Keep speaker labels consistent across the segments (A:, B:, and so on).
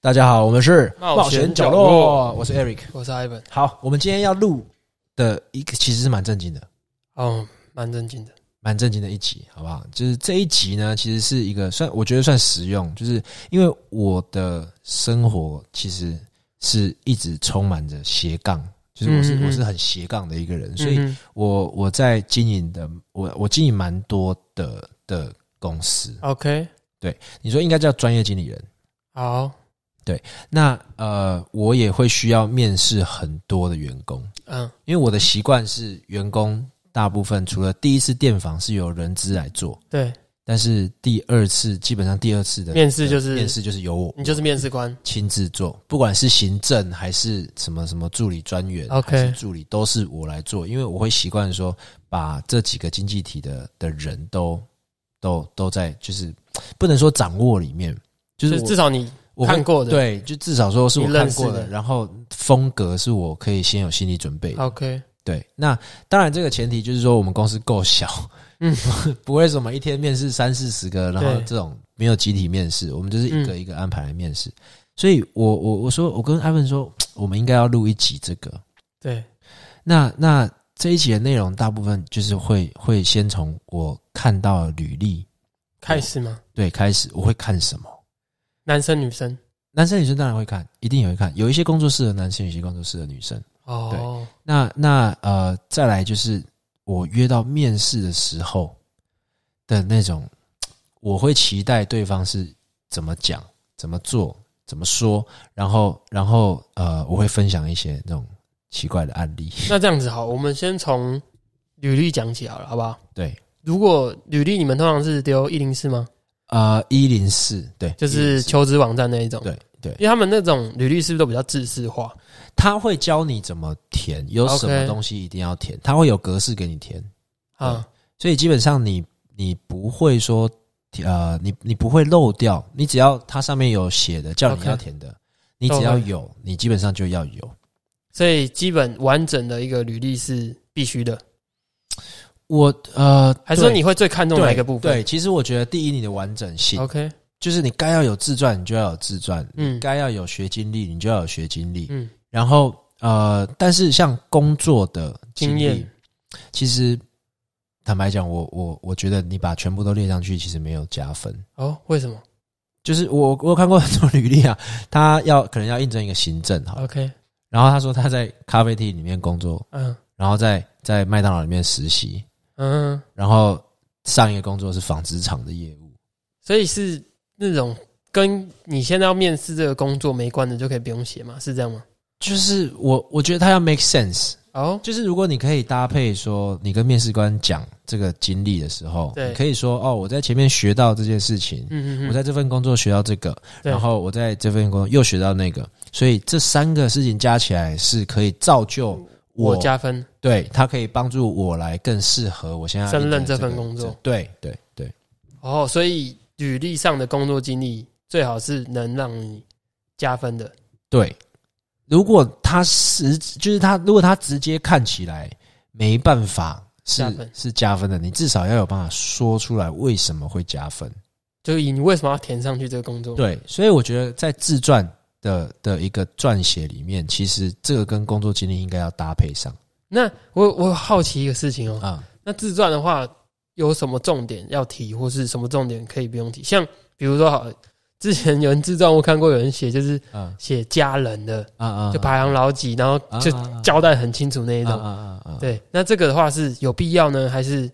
A: 大家好，我们是
B: 冒险角落
A: 落，我是 Eric。
B: 我是 Ivan，
A: 好，我们今天要录的一个其实是蛮正经的，
B: 哦，蛮正经的，
A: 蛮正经的一集，好不好？就是这一集呢，其实是一个算我觉得算实用，就是因为我的生活其实是一直充满着斜杠，就是我是
B: 嗯嗯嗯
A: 我是很斜杠的一个人，所以
B: 嗯
A: 我我在经营的我我经营蛮多的的公司，
B: OK，
A: 你说应该叫专业经理人。
B: 好，
A: 那呃，我也会需要面试很多的员工，
B: 嗯
A: 因为我的习惯是员工大部分除了第一次电访是由人资来做，
B: 对，
A: 但是第二次基本上第二次的
B: 面试就是
A: 面试就是由我
B: 你就是面试官，
A: 亲自做，不管是行政还是什么什么助理专员
B: OK
A: 还是助理，都是我来做，因为我会习惯说把这几个经济体的的人都都都在就是不能说掌握里面，就
B: 就是是
A: 我
B: 至少你
A: 我会
B: 看过的，
A: 对，就至少说是我
B: 你
A: 看
B: 认识
A: 过的，
B: 的
A: 然后风格是我可以先有心理准备的。
B: ，OK，
A: 对，那当然这个前提就是说我们公司够小，
B: 嗯，
A: 不会什么一天面试三四十个，然后
B: 对嗯
A: 这种没有集体面试，我们就是一个一个安排来面试。所以我我我说我跟艾文说，我们应该要录一集这个。
B: 对，
A: 那那这一集的内容大部分就是会会先从我看到的履历
B: 开始吗？
A: 对开始，我会看什么。
B: 男生女生，
A: 男生女生当然会看，一定也会看。有一些工作室的男生，有一些工作室的女生。
B: 哦，
A: 那那呃，再来就是我约到面试的时候的那种，我会期待对方是怎么讲、怎么做、怎么说，然后然后呃，我会分享一些那种奇怪的案例。
B: 那这样子好，我们先从履历讲起好了，好不好？
A: 对，
B: 如果履历你们通常是丢一零四吗？
A: 呃，一零四，对，
B: 就是
A: 104
B: 求职网站那一种，
A: 对对，
B: 因为他们那种履历是不是都比较制式化？
A: 他会教你怎么填，有什么
B: OK
A: 东西一定要填，他会有格式给你填。
B: 啊？
A: 所以基本上你你不会说呃，你你不会漏掉，你只要它上面有写的叫你
B: OK
A: 要填的你只要
B: 都会
A: 有，你基本上就要有。
B: 所以基本完整的一个履历是必须的，
A: 我呃，
B: 还是说
A: 对
B: 你会最看重哪一个部分
A: 对，其实我觉得第一，你的完整性，
B: ？OK，
A: 就是你该要有自传，你就要有自传；
B: 嗯
A: 该要有学经历，你就要有学经历。
B: 嗯，
A: 然后呃，但是像工作的
B: 经验
A: 历，其实坦白讲，我我我觉得你把全部都列上去，其实没有加分。
B: 哦，为什么
A: 就是我我有看过很多履历啊，他要可能要应征一个行政哈，
B: ？OK，
A: 然后他说他在咖啡厅里面工作，
B: 嗯
A: 然后在在麦当劳里面实习，
B: 嗯，
A: 然后上一个工作是纺织厂的业务，
B: 所以是那种跟你现在要面试这个工作没关的就可以不用写嘛？是这样吗？
A: 就是我我觉得他要 make sense，
B: 哦，
A: 就是如果你可以搭配说你跟面试官讲这个经历的时候，
B: 对
A: 你可以说哦我在前面学到这件事情，
B: 嗯嗯嗯，
A: 我在这份工作学到这个，
B: 对
A: 然后我在这份工作又学到那个，所以这三个事情加起来是可以造就。
B: 我加分，
A: 对，它可以帮助我来更适合我现在要
B: 胜任
A: 应征
B: 这份
A: 个
B: 工作。
A: 对对对，
B: 哦，所以履历上的工作经历最好是能让你加分的。
A: 对，如果他实就是他，如果他直接看起来没办法是
B: 加分
A: 是加分的，你至少要有办法说出来为什么会加分。
B: 就以你为什么要填上去这个工作？，
A: 对，所以我觉得在自传的的一个撰写里面，其实这个跟工作经历应该要搭配上
B: 那我我好奇一个事情哦，
A: 啊、
B: 那自传的话，有什么重点要提，或是什么重点可以不用提？像比如说，好了，之前有人自传我看过，有人写就是
A: 嗯
B: 写家人的，
A: 啊啊，
B: 就排行老几，然后就
A: 叫
B: 交代很清楚那一
A: 那
B: 种。
A: 啊啊啊，
B: 对，那这个的话是有必要呢，还是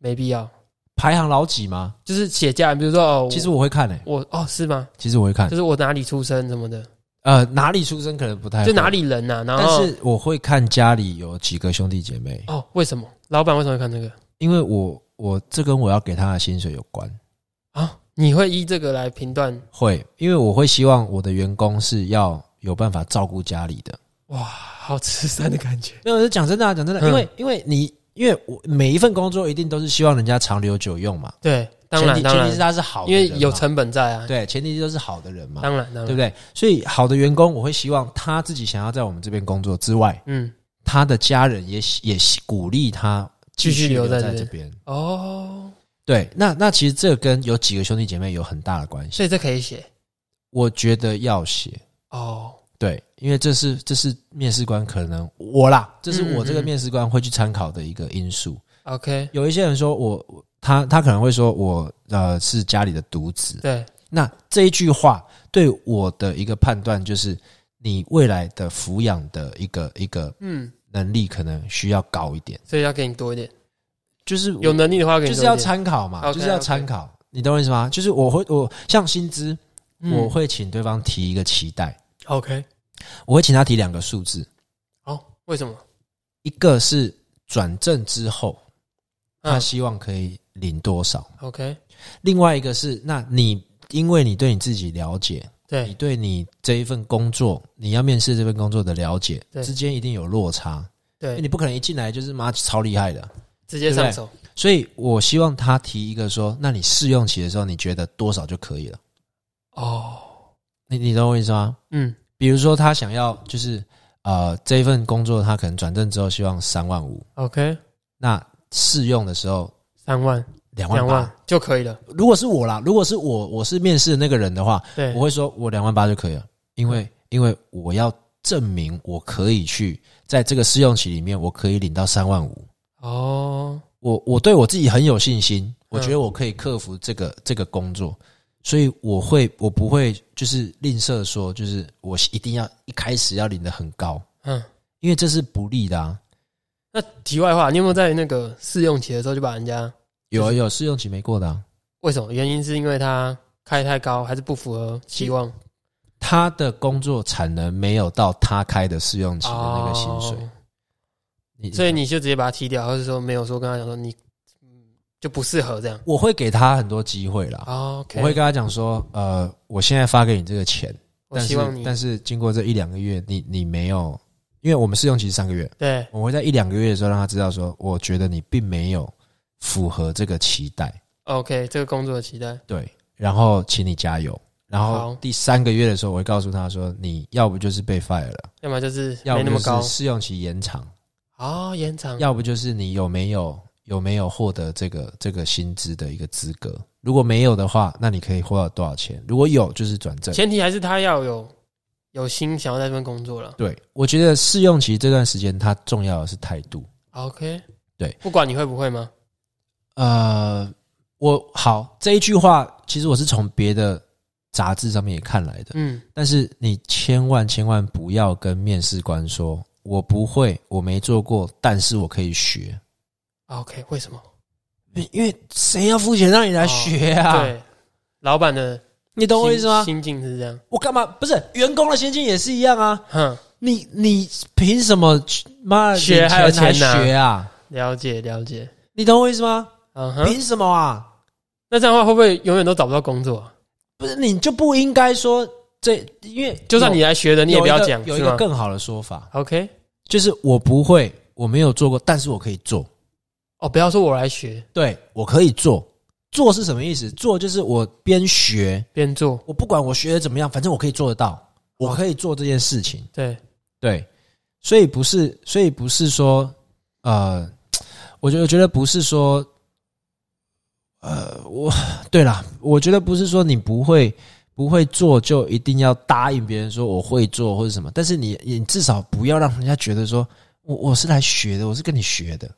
B: 没必要？
A: 排行老几吗？
B: 就是写家人，比如说哦，
A: 其实我会哎看诶、欸
B: 我哦是吗？
A: 其实我会看
B: 就，是我哪里出生什么的，
A: 呃，哪里出生可能不太会
B: 就哪里哦人啊呐、然后
A: 哎但是我会看家里有几个兄弟姐妹，
B: 哦，为什么老板为什么会看这个
A: 因为我我这跟我要给他的薪水有关。
B: 啊？你会依这个来评断？
A: 会，因为我会希望我的员工是要有办法照顾家里的。
B: 哇，好慈善的感觉。
A: 没有，讲真的、啊，讲真的，
B: 嗯
A: 因为因为你因为我每一份工作一定都是希望人家长留久用嘛。
B: 对，当
A: 前
B: 然
A: 提
B: 当
A: 前
B: 然
A: 提是，他是好的
B: 因
A: 人
B: 为
A: 嘛，
B: 有成本在啊。
A: 对，前提都是好的人嘛，
B: 当然当
A: 对不，
B: 然
A: 对？所以好的员工，我会希望他自己想要在我们这边工作之外，
B: 嗯，
A: 他的家人也也鼓励他继
B: 继续
A: 续留
B: 留在
A: 在
B: 这
A: 这边。
B: 哦，
A: 对，那那其实这跟有几个兄弟姐妹有很大的关系。
B: 所以这可以写
A: 我觉得要写，
B: 哦，
A: 对，因为这是这是面试官可能我啦，这是我这个
B: 嗯嗯
A: 面试官会去参考的一个因素。
B: OK，
A: 有一些人说我我他他可能会说我呃是家里的独子，
B: 对，
A: 那这一句话对我的一个判断就是，你未来的抚养的一个一个
B: 嗯，
A: 能力可能需要高一点，
B: 所以要给你多一点，
A: 就是我
B: 有能力的话给
A: 就
B: 你
A: 是要
B: 多一点。
A: 参考嘛，
B: OK，
A: 就是要参考，你懂我意思吗？就是我会我像薪资，
B: 嗯
A: 我会请对方提一个期待，
B: OK，
A: 我会请他提两个数字，
B: 好，为什么？
A: 一个是转正之后他
B: 嗯
A: 希望可以领多少，
B: ，OK，
A: 另外一个是那你因为你对你自己了解，你
B: 对，
A: 对你这一份工作，你要面试这份工作的了解
B: 对
A: 之间一定有落差，因为
B: 对，
A: 你不可能一进来就是妈超厉害的。
B: 直接上手。
A: 所以我希望他提一个说，那你试用期的时候，你觉得多少就可以了？
B: 哦，
A: 你你懂我意思吗？
B: 嗯，
A: 比如说他想要就是呃这一份工作，他可能转正之后希望三万五，
B: OK，
A: 那试用的时候
B: 三万
A: 两万
B: 两
A: 八
B: 万。就可以了。
A: 如果是我啦，如果是我我是面试的那个人的话，
B: 对嗯
A: 我，会说我两万八就可以了，因为因为我要证明我可以去在这个试用期里面，我可以领到三万五。
B: 哦，
A: 我我对我自己很有信心，我
B: 嗯
A: 觉得我可以克服这个这个工作，所以我会我不会就是吝啬说，就是我一定要一开始要领的很高，
B: 嗯，
A: 因为这是不利的啊。
B: 那题外话，你有没有在那个试用期的时候就把人家
A: 有啊有试用期没过的、啊，
B: 为什么？原因是因为他开太高，还是不符合期望？
A: 他的工作产能没有到他开的试用期的那个薪水，
B: 哦
A: 你
B: 所以你就直接把他踢掉，或者说没有说跟他讲说你嗯就不适合这样。
A: 我会给他很多机会啦。
B: 哦 OK，
A: 啊我会跟他讲说，呃，我现在发给你这个钱，
B: 我
A: 但
B: 希望
A: 是
B: 你
A: 但是经过这一两个月，你你没有，因为我们试用期是三个月，
B: 对
A: 我会在一两个月的时候让他知道说，我觉得你并没有符合这个期待，
B: OK 这个工作的期待。
A: 对，然后请你加油。然后
B: 好
A: 第三个月的时候，我会告诉他说，你要不就是被 fire 了，
B: 要么就是
A: 要
B: 没
A: 不
B: 那么
A: 就
B: 高
A: 是试用期延长，
B: 哦，延长
A: 要不就是你有没有有没有获得这个这个薪资的一个资格。如果没有的话，那你可以获得多少钱？如果有，就是转正。
B: 前提还是他要有有心想要在这份工作了。
A: 对，我觉得试用期这段时间，它重要的是态度。
B: OK，
A: 对，
B: 不管你会不会吗？
A: 呃，我好这一句话，其实我是从别的杂志上面也看来的，
B: 嗯，
A: 但是你千万千万不要跟面试官说我不会，我没做过，但是我可以学，
B: OK，为什么？
A: 因为因为谁要付钱让你来学啊？
B: 哦对，老板的
A: 你懂我意思吗？
B: 心心境是这样，
A: 我干嘛不是员工的心境也是一样啊？
B: 哼，
A: 你你凭什么妈的
B: 学
A: 领
B: 还有
A: 钱来
B: 钱拿
A: 学啊？
B: 了解了解，
A: 你懂我意思吗？
B: 嗯哼，
A: 凭什么啊？
B: 那这样的话会不会永远都找不到工作啊？
A: 不是你就不应该说这，因为
B: 就算你来学的，
A: 有
B: 你也不要
A: 有一个
B: 讲，
A: 有一
B: 是
A: 个
B: 吗
A: 更好的说法，
B: ？OK，
A: 就是我不会，我没有做过，但是我可以做，
B: 哦，不要说我来学
A: 对我可以做。做是什么意思？做就是我边学，
B: 边做，
A: 我不管我学的怎么样，反正我可以做得到，我可以做这件事情。
B: 对，
A: 对，所以不是，所以不是说，呃，我觉得我觉得不是说，呃，我对啦，我觉得不是说你不会不会做就一定要答应别人说我会做或者什么，但是你你至少不要让人家觉得说我我是来学的，我是跟你学的，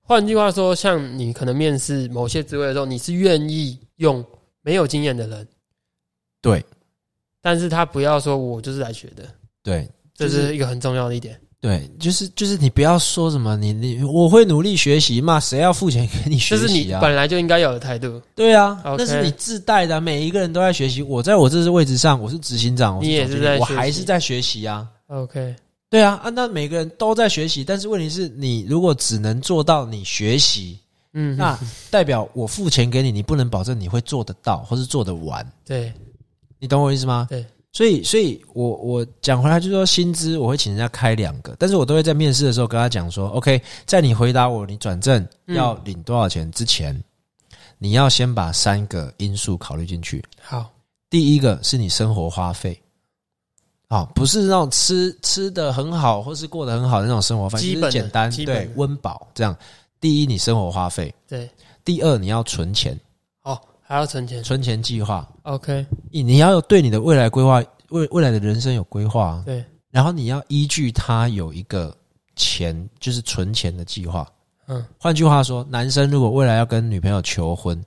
B: 换句话说，像你可能面试某些职位的时候，你是愿意用没有经验的人，
A: 对
B: 但是他不要说我就是来学的，
A: 对
B: 这
A: 就是
B: 是一个很重要的一点。
A: 对，就是就是你不要说什么你你我会努力学习嘛，谁要付钱给你学
B: 这是你
A: 习啊？
B: 本来就应该有的态度，
A: 对啊
B: OK
A: 那是你自带的啊、每一个人都在学习。我在我这位置上，我是执行长，我
B: 你也
A: 总经
B: 是在
A: 理我
B: 学习
A: 还是在学习啊。
B: OK，
A: 对啊，啊，那每个人都在学习，但是问题是你如果只能做到你学习，
B: 嗯，
A: 那代表我付钱给你，你不能保证你会做得到或是做得完，
B: 对
A: 你懂我意思吗？
B: 对，
A: 所以，所以我我讲回来就是说，薪资我会请人家开两个，但是我都会在面试的时候跟他讲说，OK，在你回答我你转正
B: 嗯
A: 要领多少钱之前，你要先把三个因素考虑进去。
B: 好，
A: 第一个是你生活花费，啊，不是那种吃吃的很好或是过得很好的那种生活费，
B: 基
A: 就
B: 本
A: 是
B: 的
A: 简单
B: 基本
A: 对
B: 的
A: 温饱这样。第一，你生活花费；
B: 对，
A: 第二，你要存钱。
B: 哦，还还要存钱。
A: 存钱计划，
B: OK，
A: 你你要有对你的未来规划，未未来的人生有规划啊，
B: 对，
A: 然后你要依据它有一个钱，就是存钱的计划。
B: 嗯，
A: 换句话说，男生如果未来要跟女朋友求婚，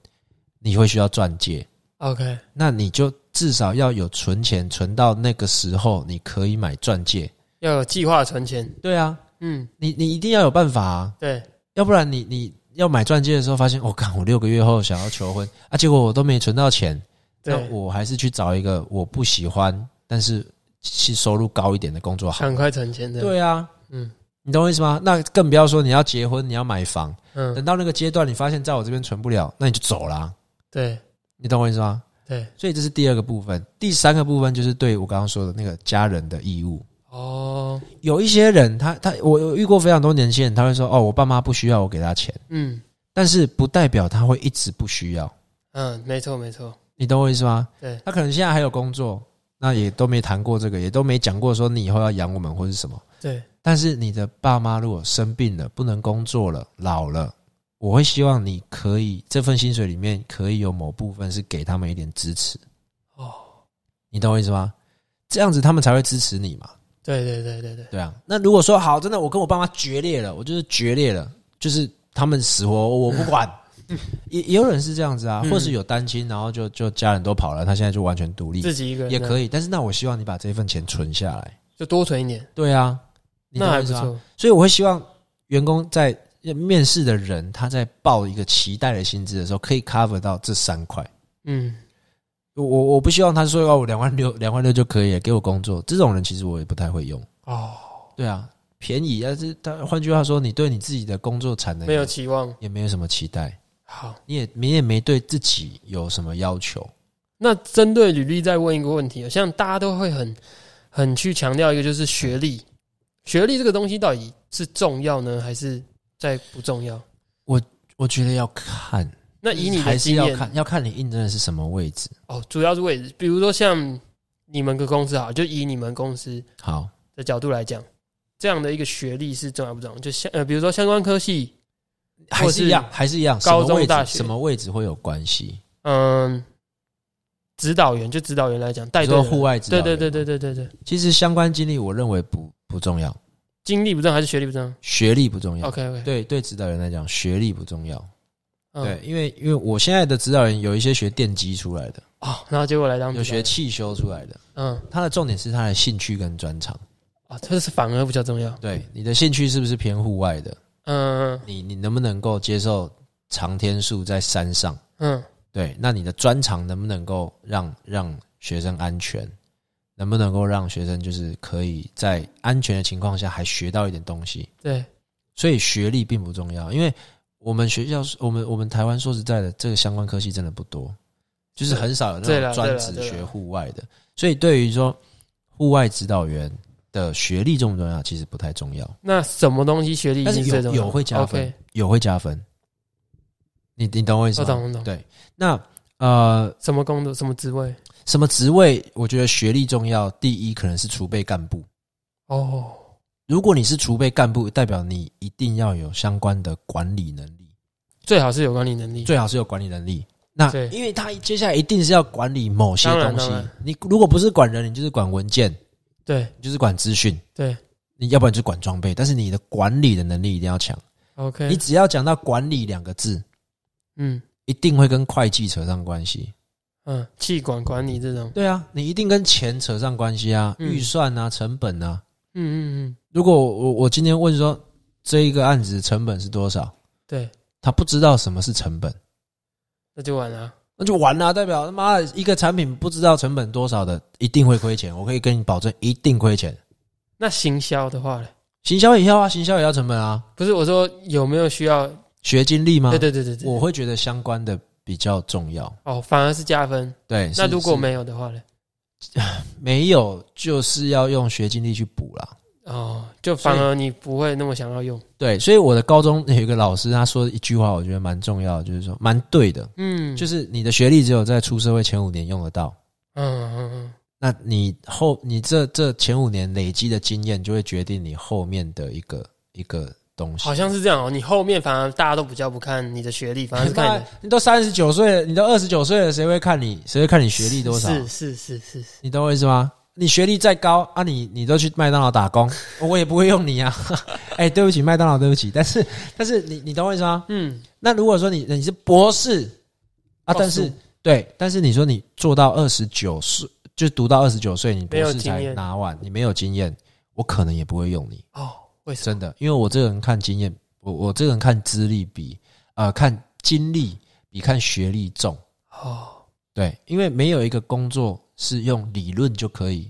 A: 你会需要钻戒，
B: OK，
A: 那你就至少要有存钱，存到那个时候你可以买钻戒。
B: 要有计划存钱。
A: 对啊，
B: 嗯，
A: 你你一定要有办法啊，
B: 对，
A: 要不然你你要买钻戒的时候发现，我、看我六个月后想要求婚啊，结果我都没存到钱，那
B: 对，
A: 我还是去找一个我不喜欢，但是是收入高一点的工作好。
B: 赶快存钱的。，
A: 对啊，
B: 嗯
A: 你懂我意思吗？那更不要说你要结婚，你要买房，
B: 嗯，
A: 等到那个阶段，你发现在我这边存不了，那你就走啦、
B: 对
A: 你懂我意思吗？
B: 对，
A: 所以这是第二个部分，第三个部分就是对我刚刚说的那个家人的义务。
B: 哦，
A: 有一些人他，他我有遇过非常多年轻人，他会说：“哦，我爸妈不需要我给他钱。
B: 嗯”
A: 但是不代表他会一直不需要，
B: 嗯，没错没错，
A: 你懂我意思吗？
B: 对，
A: 他可能现在还有工作，那也都没谈过这个，也都没讲过说你以后要养我们或是什么。
B: 对，
A: 但是你的爸妈如果生病了、不能工作了、老了，我会希望你可以这份薪水里面可以有某部分是给他们一点支持，
B: 哦，
A: 你懂我意思吗？这样子他们才会支持你嘛，
B: 对对对对对，
A: 对啊。那如果说好，真的我跟我爸妈决裂了，我就是决裂了，就是他们死活我不 管，也也有人是这样子啊，
B: 嗯
A: 或是有单亲，然后就就家人都跑了，他现在就完全独立
B: 自己一个人啊
A: 也
B: 以，
A: 可以，但是那我希望你把这份钱存下来，
B: 就多存一点，
A: 对啊，你懂
B: 那
A: 我
B: 还
A: 意
B: 不
A: 思吗？
B: 错。
A: 所以我会希望员工在面试的人，他在报一个期待的薪资的时候，可以 cover 到这三块。
B: 嗯，
A: 我我我不希望他说哦，我两万六，两万六就可以了，给我工作。这种人其实我也不太会用。
B: 哦，
A: 对啊，便宜，但是他换句话说，你对你自己的工作产能
B: 没有期望。
A: 也没有什么期待，
B: 好，
A: 你也你也没对自己有什么要求。
B: 那针对履历再问一个问题哦，像大家都会很很去强调一个就是学历，学历这个东西到底是重要呢，还是在不重要？
A: 我觉得要看，
B: 那以你的
A: 还是
B: 经
A: 要
B: 验
A: 看，要看你应征的是什么位置。
B: 哦，主要是位置，比如说像你们个公司好，就以你们公司
A: 好，
B: 的角度来讲，这样的一个学历是重要不重要？就像呃，比如说相关科系，
A: 还是一样，还是一样，什
B: 高
A: 么
B: 中
A: 位置
B: 大学
A: 什么位置会有关系？
B: 嗯，指导员就指导员来讲，带
A: 比
B: 队
A: 如说
B: 的
A: 户外指导
B: 对
A: 员
B: 对对对对对对，
A: 其实相关经历，我认为不不重要，
B: 经历不重要还是学历不重要
A: 学历不重要。
B: ？OK OK，
A: 对对，指导员来讲，学历不重要。
B: 嗯、
A: 对，因为因为我现在的指导员有一些学电机出来的，
B: 哦，然后结果来当
A: 有
B: 指导
A: 学
B: 员
A: 汽修出来的，
B: 嗯
A: 他的重点是他的兴趣跟专长。
B: 啊，这是反而比较重要。
A: 对，你的兴趣是不是偏户外的？
B: 嗯
A: 你你能不能够接受长天数在山上？
B: 嗯
A: 对，那你的专长能不能够让让学生安全？能不能够让学生就是可以在安全的情况下还学到一点东西？
B: 对，
A: 所以学历并不重要，因为我们学校，我们我们台湾说实在的，这个相关科系真的不多，就是很少有
B: 对
A: 那
B: 啦
A: 种专职学户外的。所以对于说户外指导员的学历重不重要，其实不太重要，
B: 那什么东西学历一
A: 但
B: 定
A: 是
B: 是最重
A: 有
B: 要？
A: 有会加
B: OK，
A: 分，有会加分。你你懂我意思
B: 我
A: 吗？
B: 懂我懂。
A: 对那呃，
B: 什么工作什么职位？
A: 什么职位？我觉得学历重要。第一，可能是储备干部。
B: 哦，
A: 如果你是储备干部，代表你一定要有相关的管理能力。
B: 最好是有管理能力。
A: 最好是有管理能力。那
B: 对
A: 因为他接下来一定是要管理某些
B: 当然
A: 东西
B: 当然，
A: 你如果不是管人，你就是管文件，
B: 对
A: 你就是管资讯，
B: 对
A: 你要不然就是管装备。但是你的管理的能力一定要强。
B: ，OK，
A: 你只要讲到管理两个字，
B: 嗯
A: 一定会跟会计扯上关系。
B: 嗯，气管管理这种，
A: 对啊，你一定跟钱扯上关系啊，
B: 嗯
A: 预算啊，成本啊。
B: 嗯嗯嗯，
A: 如果我我今天问说这一个案子成本是多少，
B: 对，
A: 他不知道什么是成本，
B: 那就完了。啊
A: 那就完了、代表他妈的一个产品不知道成本多少的，一定会亏钱。我可以跟你保证，一定亏钱。
B: 那行销的话呢？
A: 行销也要啊，行销也要成本啊。
B: 不是我说有没有需要？
A: 学经历吗？
B: 对对对对对，
A: 啊我会觉得相关的比较重要。
B: 哦，反而是加分。
A: 对，
B: 那
A: 是
B: 如果
A: 是
B: 没有的话呢？
A: 没有，就是要用学经历去补啦。
B: 哦，就反而你不会那么想要用。
A: 对，所以我的高中有一个老师，他说一句话，我觉得蛮重要的，就是说蛮对的，
B: 嗯，
A: 就是是你的学历只有在出社会前五年用得到，
B: 嗯嗯嗯，
A: 那你后你这这前五年累积的经验，就会决定你后面的一个一个东西。
B: 好像是这样哦。你后面反而大家都比较不看你的学历，反而是看
A: 那
B: 你
A: 你都三十九岁了，你都二十九岁了，谁会看你？谁会看你学历多少？
B: 是是是是是，
A: 你懂我意思吗？你学历再高啊你，你都去麦当劳打工， 我也不会用你啊。 哎、对不起，麦当劳，对不起。但是但是你你懂我意思吗？
B: 嗯，
A: 那如果说你你是博士啊，
B: 哦
A: 但是
B: 是
A: 对，但是你说你做到二十九岁，就读到二十九岁，你博
B: 没有
A: 士
B: 经
A: 才
B: 验
A: 拿完，你没有经验，我可能也不会用你。
B: 哦，为什么？
A: 真的，因为我这个人看经验，我我这个人看资历比呃看经历比看学历重。
B: 哦，
A: 对，因为没有一个工作是用理论就可以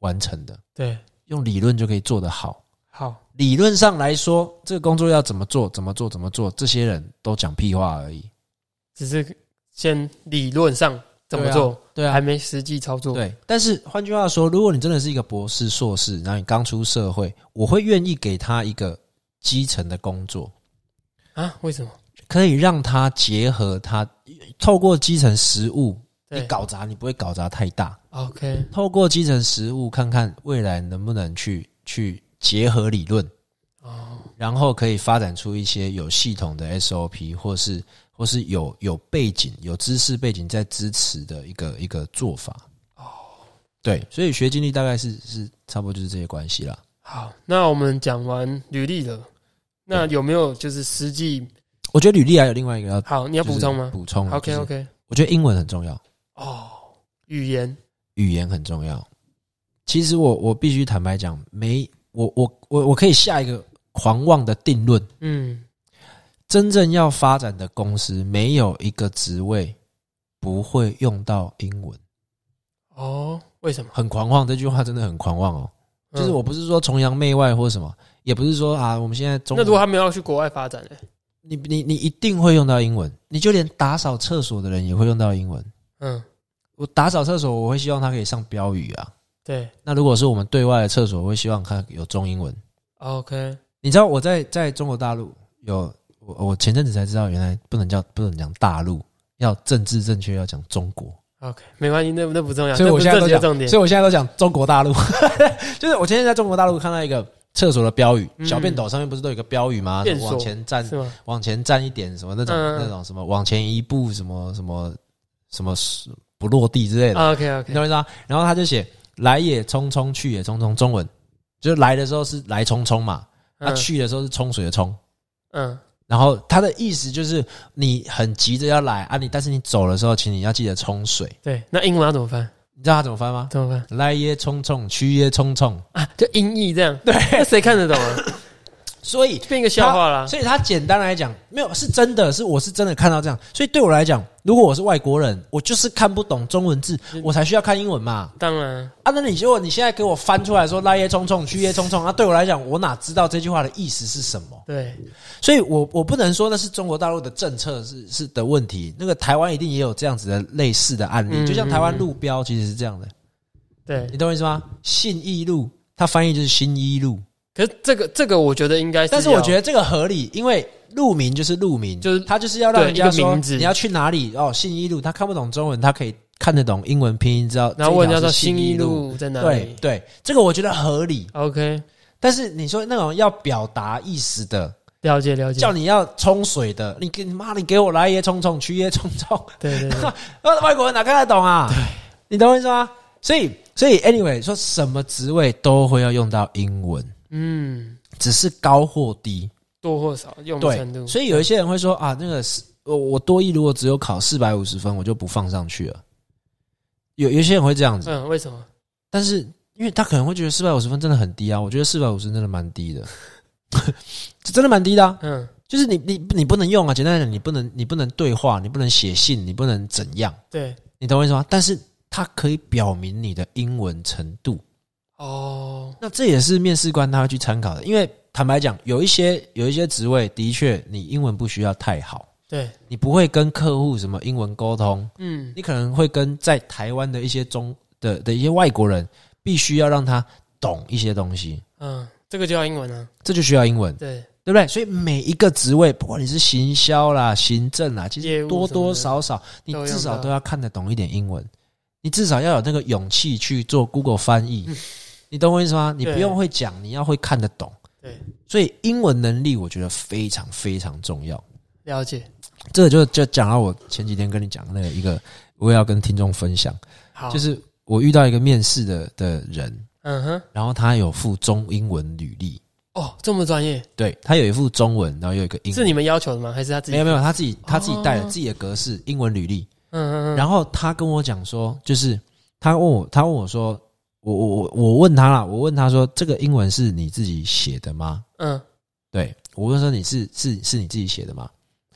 A: 完成的，
B: 对，
A: 用理论就可以做得好。
B: 好，
A: 理论上来说，这个工作要怎么做，怎么做，怎么做，这些人都讲屁话而已。
B: 只是先理论上怎么做，
A: 对啊
B: 还，没实际操作。
A: 对。但是换句话说，如果你真的是一个博士、硕士，然后你刚出社会，我会愿意给他一个基层的工作，
B: 啊？为什么？
A: 可以让他结合他透过基层实务，你
B: 对
A: 搞砸你不会搞砸太大。
B: ，OK，
A: 透过基层实务，看看未来能不能去去结合理论，
B: 哦，
A: 然后可以发展出一些有系统的 SOP，或是或是有有背景、有知识背景在支持的一个一个做法。
B: 哦
A: 对，所以学经历大概是是差不多就是这些关系啦。
B: 好，那我们讲完履历了，那有没有就是实际？
A: 我觉得履历还有另外一个要
B: 好，你要补充吗
A: 就是补充
B: ？OK
A: 就是
B: OK，
A: 我觉得英文很重要，
B: 哦，语言
A: 语言很重要。其实我我必须坦白讲，没我我我我可以下一个狂妄的定论，
B: 嗯，
A: 真正要发展的公司，没有一个职位不会用到英文。
B: 哦，为什么？
A: 很狂妄，这句话真的很狂妄哦。
B: 嗯
A: 就是我不是说崇洋媚外或什么，也不是说啊，我们现在中
B: 那如果他们要去国外发展呢？
A: 你你你一定会用到英文，你就连打扫厕所的人也会用到英文。
B: 嗯，
A: 我打扫厕所，我会希望他可以上标语啊。
B: 对
A: 那如果是我们对外的厕所，我会希望它有中英文。
B: ，OK，
A: 你知道我在在中国大陆有我我前阵子才知道，原来不能叫不能讲大陆，要政治正确要讲中国。
B: OK，没关系，那那不重要，
A: 所以
B: 这
A: 我
B: 不是
A: 现在都
B: 这节
A: 讲，
B: 重点。
A: 所以我现在都讲中国大陆， 就是我今天在中国大陆看到一个厕所的标语，
B: 嗯
A: 小便斗上面不是都有一个标语吗？什
B: 便
A: 么
B: 所
A: 往前站，
B: 是吗？
A: 往前站一点，什么那种
B: 嗯嗯嗯
A: 那种什么往前一步，什么什么什么不落地之类的，
B: OK
A: 你
B: 啊 OK，
A: 懂我意思吗？然后他就写“来也匆匆，去也匆匆”，中文就是来的时候是来匆匆嘛，那
B: 嗯
A: 去的时候是冲水的冲。
B: 嗯
A: 然后他的意思就是你很急着要来啊你，但是你走的时候，请你要记得冲水。
B: 对，那英文要怎么翻？
A: 你知道他怎么翻吗？
B: 怎么翻
A: 来耶匆匆，去耶匆匆。
B: 啊？就音译这样，对，那谁看得懂 啊？
A: 所以，
B: 变一个笑话啦。
A: 所以他简单来讲，没有是真的是我是真的看到这样。所以对我来讲，如果我是外国人，我就是看不懂中文字，我才需要看英文嘛。
B: 当然，
A: 啊，那你如果你现在给我翻出来说来耶匆匆，去耶匆匆，那、对我来讲，我哪知道这句话的意思是什么？
B: 对，
A: 所以我我不能说那是中国大陆的政策是是的问题，那个台湾一定也有这样子的类似的案例，
B: 嗯
A: 就像台湾路标其实是这样的，
B: 对
A: 你，懂我意思吗？信义路，它翻译就是新一路。
B: 可是这个这个，我觉得应该是要，
A: 但是我觉得这个合理，因为路名就是路名，
B: 就是
A: 他就是要让人家
B: 对一个
A: 说
B: 名字
A: 你要去哪里哦，信义路，他看不懂中文，他可以看得懂英文拼音，知道
B: 然后问
A: 这
B: 人
A: 条是
B: 家说
A: 信
B: 新
A: 义
B: 一，路在哪
A: 对
B: 里
A: 对，这个我觉得合理。
B: ？OK，
A: 但是你说那种要表达意思的，
B: 了解了解
A: 叫，你要冲水的，你给你妈你给我来耶冲冲，去耶冲冲，
B: 对 对对，
A: 那外国人哪看得懂啊？你懂我意思吗？所以所以 anyway，说什么职位都会要用到英文，
B: 嗯，
A: 只是高或低。
B: 多或少用的程度
A: 对，，所以有一些人会说啊，那个是我我多一如果只有考四百五十分，我就不放上去了。有有些人会这样子，
B: 嗯，为什么？
A: 但是因为他可能会觉得四百五十分真的很低啊，我觉得四百五十真的蛮低的， 这真的蛮低的、啊。
B: 嗯，
A: 就是你你你不能用啊，简单来讲，你不能你不能对话，你不能写信，你不能怎样，
B: 对，
A: 你懂我意思吗？但是它可以表明你的英文程度，
B: 哦，
A: 那这也是面试官他会去参考的，因为坦白讲，有一些有一些职位的确你英文不需要太好。
B: 对，
A: 你不会跟客户什么英文沟通，
B: 嗯，
A: 你可能会跟在台湾的一些中的的一些外国人，必须要让他懂一些东西，
B: 嗯，这个就要英文啊，
A: 这就需要英文，
B: 对，
A: 对不对？所以每一个职位，不管你是行销啦、行政啦，其
B: 业
A: 实多
B: 务什么的
A: 多少少，你
B: 都用到
A: 至少都要看得懂一点英文，你至少要有那个勇气去做 Google 翻译，你懂我意思吗？你不
B: 嗯对
A: 用会讲，你要会看得懂。
B: 对，
A: 所以英文能力我觉得非常非常重要。
B: 了解。
A: 这个就就讲到我前几天跟你讲那个一个，我也要跟听众分享，
B: 好，
A: 就是我遇到一个面试的的人，
B: 嗯哼，
A: 然后他有附中英文履历，
B: 哦，这么专业，
A: 对他有一副中文，然后有一个英
B: 是
A: 文，
B: 你们要求的吗？还是他自己？
A: 嗯没有没有，他自己他自己带了
B: 哦
A: 自己的格式英文履历，
B: 嗯嗯嗯，
A: 然后他跟我讲说，就是他问我，他问我说，我我我我问他啦，我问他说，这个英文是你自己写的吗？
B: 嗯，
A: 对我问说你是是是你自己写的吗？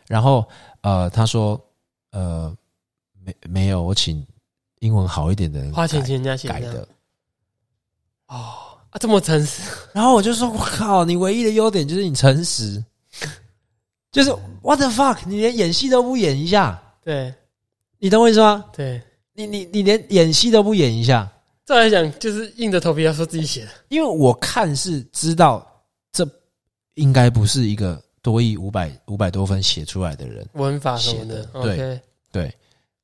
A: 然后呃，他说呃没没有，我请英文好一点的人
B: 花钱
A: 改
B: 请人家写
A: 改
B: 这样
A: 的。
B: 哦啊，这么诚实，
A: 然后我就说，我靠，你唯一的优点就是你诚 实，就是 what the fuck，你连演戏都不演一下，
B: 对
A: 你懂我意思吗？
B: 对。
A: 你你你连演戏都不演一下，
B: 再来讲，就是硬着头皮要说自己写的，
A: 因为我看是知道这应该不是一个多亿五百五百多分写出来的人，
B: 文法什么的
A: 写的。
B: OK，
A: 对，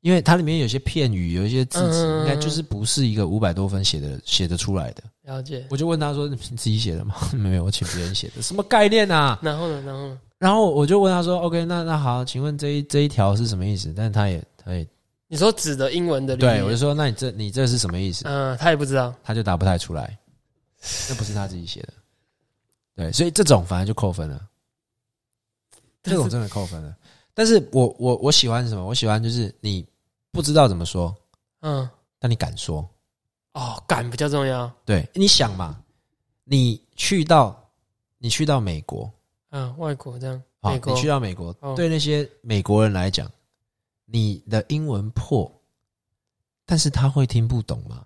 A: 因为它里面有些片语，有一些字词，
B: 嗯
A: 应该就是不是一个五百多分写的写得出来的。
B: 了解。
A: 我就问他说：“你自己写的吗？” 没有，我请别人写的，什么概念啊？
B: 然后呢？然后呢？
A: 然后我就问他说：“OK，那那好，请问这一这一条是什么意思？”但他也他也
B: 你说指的英文的履历，
A: 对我就说：“那你这你这是什么意思？”
B: 嗯，他也不知道。
A: 他就答不太出来，那不是他自己写的。对，所以这种反而就扣分了，这种真的扣分了。但是我我我喜欢什么？我喜欢就是你不知道怎么说，
B: 嗯，
A: 但你敢说。
B: 哦，敢比较重要。
A: 对，你想嘛，你去到你去到美国
B: 嗯，外国这样，
A: 啊，
B: 美
A: 你
B: 国
A: 去到美国，
B: 哦
A: 对那些美国人来讲，你的英文破，但是他会听不懂吗？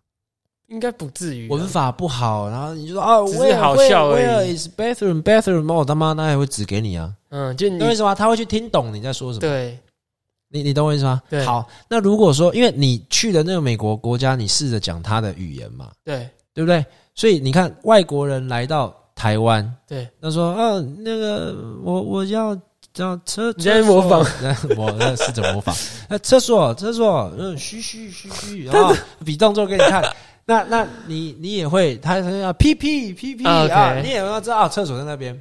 B: 应该不至于啊。
A: 文法不好，然后你就说啊，
B: 只是
A: 我也
B: 好笑而已
A: Where is bathroom bathroom？哦，他妈，那也会指给你啊，
B: 嗯，就你
A: 你懂我意思吗？他会去听懂你在说什么，
B: 对
A: 你你懂我意思吗
B: 对？
A: 好，那如果说，因为你去的那个美国国家，你试着讲他的语言嘛，
B: 对
A: 对不对？所以你看，外国人来到台湾，
B: 对，
A: 他说：“啊，那个我我要叫厕，
B: 你在模仿
A: 厕所， 我在试着模仿。呃那厕所厕所，嗯，嘘嘘嘘 嘘，然后比动作给你看。 那那你你也会，他他要屁屁屁屁
B: 啊，OK
A: 啊，你也要知道啊厕所在那边，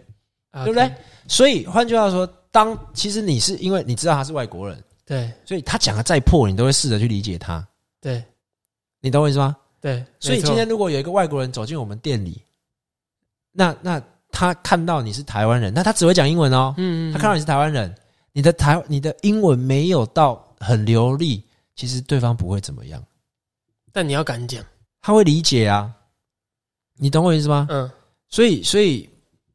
B: 对
A: 对不对？？所以换句话说，当其实你是因为你知道他是外国人，
B: 对
A: 所以他讲的再破，你都会试着去理解他。
B: 对
A: 你懂我意思吗？
B: 对，
A: 所以
B: 没错
A: 今天如果有一个外国人走进我们店里，那那他看到你是台湾人，那他只会讲英文哦。
B: 嗯，嗯
A: 他看到你是台湾人，你的台你的英文没有到很流利，其实对方不会怎么样，
B: 但你要敢讲，
A: 他会理解啊。你懂我意思吗？
B: 嗯，
A: 所以，所以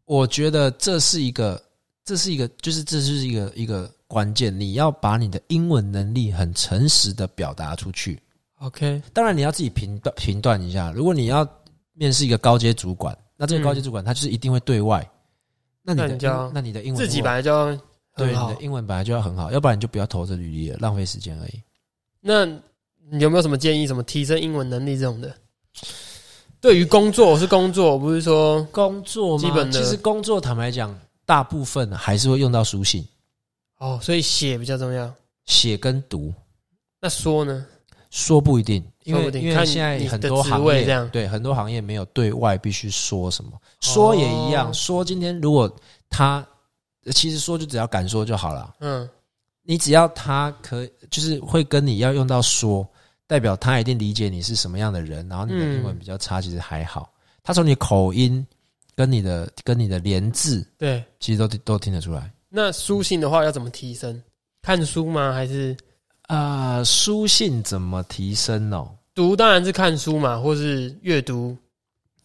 A: 我觉得这是一个，这是一个，就是这是一个一个关键。你要把你的英文能力很诚实的表达出去。
B: OK，
A: 当然，你要自己评断评断一下。如果你要面试一个高阶主管，那这个
B: 嗯
A: 高阶主管他就是一定会对外，那你
B: 那
A: 的
B: 你就要
A: 英那你的英文
B: 自己
A: 如果
B: 本来就要
A: 对，
B: 很
A: 你
B: 好
A: 的。英文本来就要很好，要不然你就不要投这履历了，浪费时间而已。
B: 那你有没有什么建议？什么提升英文能力这种的？对于工作，我是工作，我不是说
A: 工作
B: 吗
A: 基本的其实工作坦白讲，大部分还是会用到书信、
B: 哦，所以写比较重要。
A: 写跟读，
B: 那说呢？
A: 说不一定，因
B: 说
A: 为
B: 不定
A: 因为
B: 看
A: 现在
B: 你的
A: 很多
B: 职
A: 行
B: 位
A: 业
B: 这样
A: 对很多行业没有对外必须说什么，说也一样，
B: 哦
A: 说今天如果他呃其实说就只要敢说就好了，
B: 嗯，
A: 你只要他可就是会跟你要用到说，代表他一定理解你是什么样的人，然后你的
B: 嗯
A: 英文比较差，其实还好，他从你的口音跟你的跟你的连字，
B: 对。
A: 其实都都听得出来。
B: 那书信的话要怎么提升？看书吗？还是
A: 啊、书信怎么提升哦？
B: 读？当然是看书嘛，或是阅读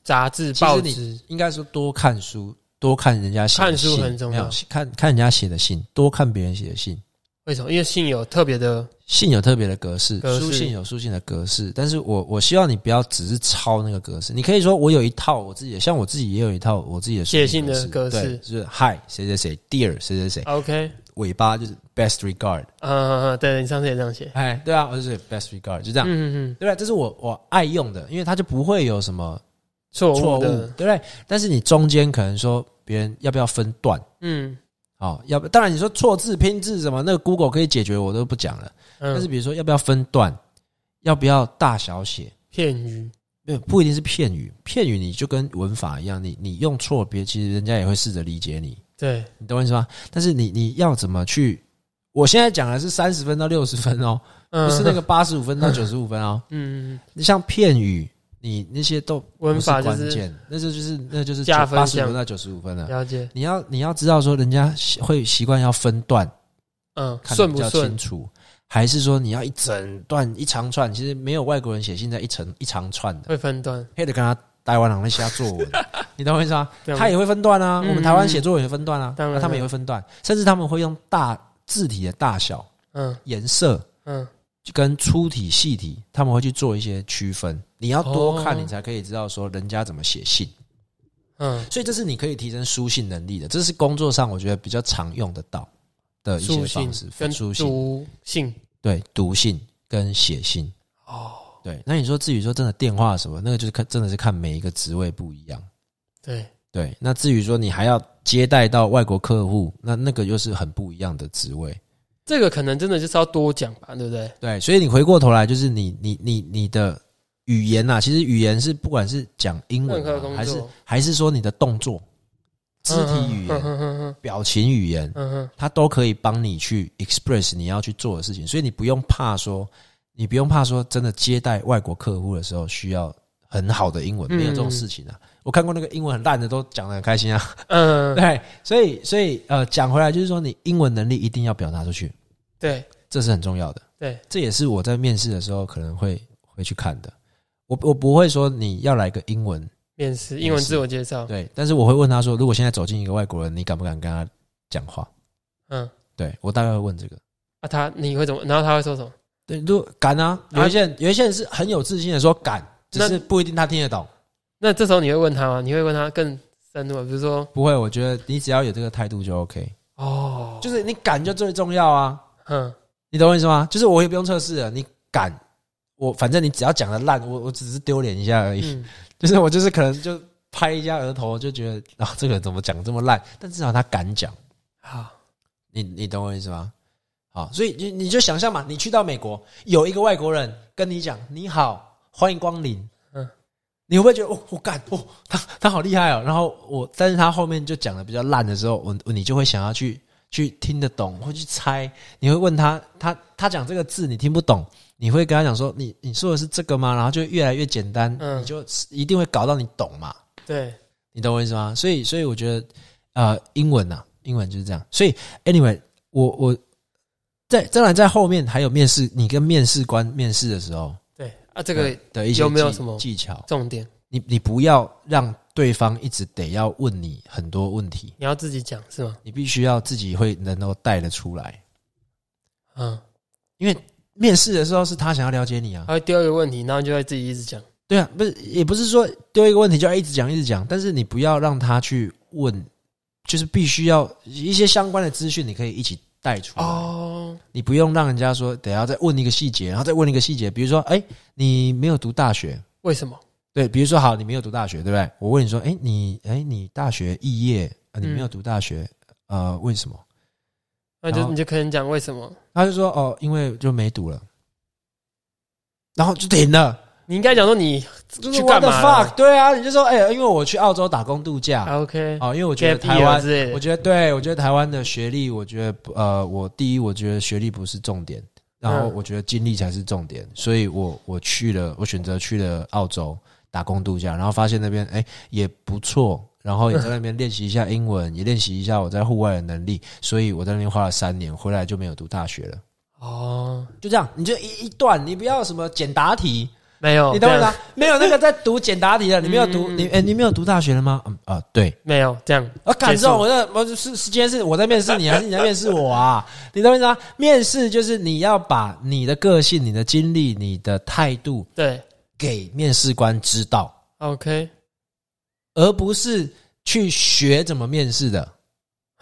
B: 杂志、
A: 其实
B: 报
A: 你
B: 纸。
A: 应该说多看书，多看人家写的
B: 看书
A: 信
B: 很重
A: 没有
B: 要
A: 看看人家写的信，多看别人写的信。
B: 为什么？因为信有特别的
A: 信有特别的格式，
B: 格式
A: 书信有书信的格式，但是我我希望你不要只是抄那个格式，你可以说我有一套我自己的，像我自己也有一套我自己的书
B: 写信的
A: 格
B: 格
A: 对
B: 式
A: 就是 Hi 谁谁谁，Dear 谁谁谁，
B: OK。
A: 尾巴就是 Best regard，
B: 嗯，对，你上次也这样写。
A: 哎，对啊，我就是 Best regard，就这样，
B: 嗯嗯嗯，
A: 对不对？这是我我爱用的，因为它就不会有什么
B: 错
A: 错
B: 误
A: 误，对
B: 的。
A: 不对？但是你中间可能说别人要不要分段？
B: 嗯
A: 哦，要不当然你说错字拼字什么，那个 Google 可以解决，我都不讲了。但是
B: 嗯，
A: 比如说要不要分段，要不要大小写，
B: 片语。
A: 没有不一定是片语，片语你就跟文法一样，你你用错别，其实人家也会试着理解你，
B: 对，
A: 你懂我意思吗？但是你你要怎么去？我现在讲的是三十分到六十分哦，
B: 嗯
A: 不是那个，八十五分到九十五分哦。
B: 嗯，
A: 你像片语，你那些都
B: 文法
A: 不
B: 就是是
A: 关键，那就就是那就是
B: 加分
A: 八十
B: 项
A: 分到九十五分了。啊
B: 了解，
A: 你要你要知道说，人家习会习惯要分段
B: 嗯，
A: 看得
B: 顺
A: 比
B: 不
A: 较清？
B: 顺
A: 楚，还是说你要一整段一长串？其实没有外国人写信在一层一长串的，
B: 会分段，
A: 黑的跟他台湾人在瞎作 文，你懂我意思吗？
B: 这样
A: 他也会分段啊，
B: 嗯
A: 我们台湾写作文也分段啊，
B: 当然
A: 啊他们也会分段，甚至他们会用大字体的大小、
B: 嗯
A: 颜色
B: 嗯，
A: 跟粗体、细体，他们会去做一些区分。你要多看，
B: 哦
A: 你才可以知道说人家怎么写信。
B: 嗯，
A: 所以这是你可以提升书信能力的，这是工作上我觉得比较常用得到的一
B: 书
A: 些
B: 信
A: 方式，
B: 跟
A: 书信
B: 读信
A: 对读信跟写信。
B: 哦，
A: 对，那你说至于说真的电话什么，那个就是看真的是看每一个职位不一样。
B: 对，
A: 对，那至于说你还要接待到外国客户，那那个又是很不一样的职位。
B: 这个可能真的就是要多讲吧，对不对？
A: 对，所以你回过头来，就是你你你你的语言呐、其实语言是不管是讲英文、
B: 任何
A: 啊、
B: 工作
A: 还是还是说你的动作、肢体语言、
B: 嗯嗯
A: 表情语言，
B: 嗯嗯
A: 它都可以帮你去 express 你要去做的事情，所以你不用怕说，你不用怕说，真的接待外国客户的时候需要很好的英文，
B: 嗯
A: 没有这种事情啊。我看过那个英文很烂的都讲的很开心啊，
B: 嗯嗯，
A: 对，所以所以呃，讲回来就是说，你英文能力一定要表达出去，
B: 对
A: 这是很重要的。
B: 对，
A: 这也是我在面试的时候可能会会去看的。我我不会说你要来个英文，
B: 面试英文自我介绍，
A: 对，但是我会问他说，如果现在走进一个外国人，你敢不敢跟他讲话？
B: 嗯，
A: 对我大概会问这个。
B: 啊他你会怎么？然后他会说什么？
A: 对，如果敢啊，
B: 啊
A: 有一些人有一些人是很有自信的说敢，只
B: 那
A: 是不一定他听得懂。
B: 那这时候你会问他吗？你会问他更深入吗，比如说
A: 不会，我觉得你只要有这个态度就 OK，
B: 哦，
A: 就是是你敢就最重要啊，
B: 嗯
A: 你懂我意思吗？就是我也不用测试了，你敢，我反正你只要讲的烂，我我只是丢脸一下而已，
B: 嗯
A: 就是我就是可能就拍一下额头，就觉得啊这个人怎么讲这么烂，但至少他敢讲，
B: 好，
A: 你你懂我意思吗？好，所以你你就想象嘛，你去到美国，有一个外国人跟你讲“你好，欢迎光临”，嗯
B: 嗯，
A: 你会不会觉得哦，我干哦，他他好厉害哦？然后我，但是他后面就讲的比较烂的时候，我你就会想要去去听得懂，会去猜，你会问他，他他讲这个字你听不懂，你会跟他讲说你你说的是这个吗？然后就越来越简单，
B: 嗯
A: 你就一定会搞到你懂嘛。
B: 对，
A: 你懂我意思吗？所以，所以我觉得，呃，英文呐、英文就是这样。所以，anyway，我我在当然在后面还有面试，你跟面试官面试的时候，
B: 对啊，这个
A: 呃的一些
B: 有没有
A: 技
B: 什么
A: 技巧？
B: 重点
A: 你你不要让对方一直得要问你很多问题，
B: 你要自己讲是吗？
A: 你必须要自己会能够带得出来。
B: 嗯，
A: 面试的时候是他想要了解你啊
B: 他，会丢一个问题，然后你就会自己一直讲，
A: 对啊，不是也不是说丢一个问题就要一直讲一直讲，但是你不要让他去问，就是必须要一些相关的资讯，你可以一起带出来。
B: 哦，
A: 你不用让人家说，等一下再问一个细节，然后再问一个细节。比如说，哎、你没有读大学，
B: 为什么？
A: 对，比如说好，你没有读大学，对不对？我问你说，哎、你，哎、你大学肄业、啊，你
B: 嗯
A: 没有读大学，呃，为什么？
B: 那
A: 然
B: 就
A: 后
B: 你就可能讲为什么？
A: 他就说，哦，因为就没读了，然后就停了。
B: 你应该讲说你
A: 就是
B: 去
A: what
B: 干
A: the
B: 嘛了
A: fuck？对啊，你就说，哎、因为我去澳洲打工度假，
B: 啊 OK，
A: 哦，因为我觉得
B: gap
A: 台
B: year
A: 湾
B: 之类的
A: 我觉得对，我觉得台湾的学历，我觉得不呃，我第一，我觉得学历不是重点，然后
B: 嗯
A: 我觉得经历才是重点，所以我我去了，我选择去了澳洲打工度假，然后发现那边哎也不错，然后也在那边练习一下英文，也练习一下我在户外的能力，所以我在那边花了三年，回来就没有读大学了。
B: 哦，
A: 就这样，你就一一段，你不要什么简答题，
B: 没有，
A: 你懂我意思
B: 这样
A: 吗？没有那个在读简答题的，你没有读，
B: 嗯嗯嗯
A: 你哎、你没有读大学了吗？嗯啊、对，
B: 没有这样，
A: 啊，感受
B: 结束
A: 我在我是是今天是我在面试你，还 是你在面试我啊？你懂我意思吗？面试就是你要把你的个性、你的经历、你的态度
B: 对
A: 给面试官知道，
B: ，OK，
A: 而不是去学怎么面试的。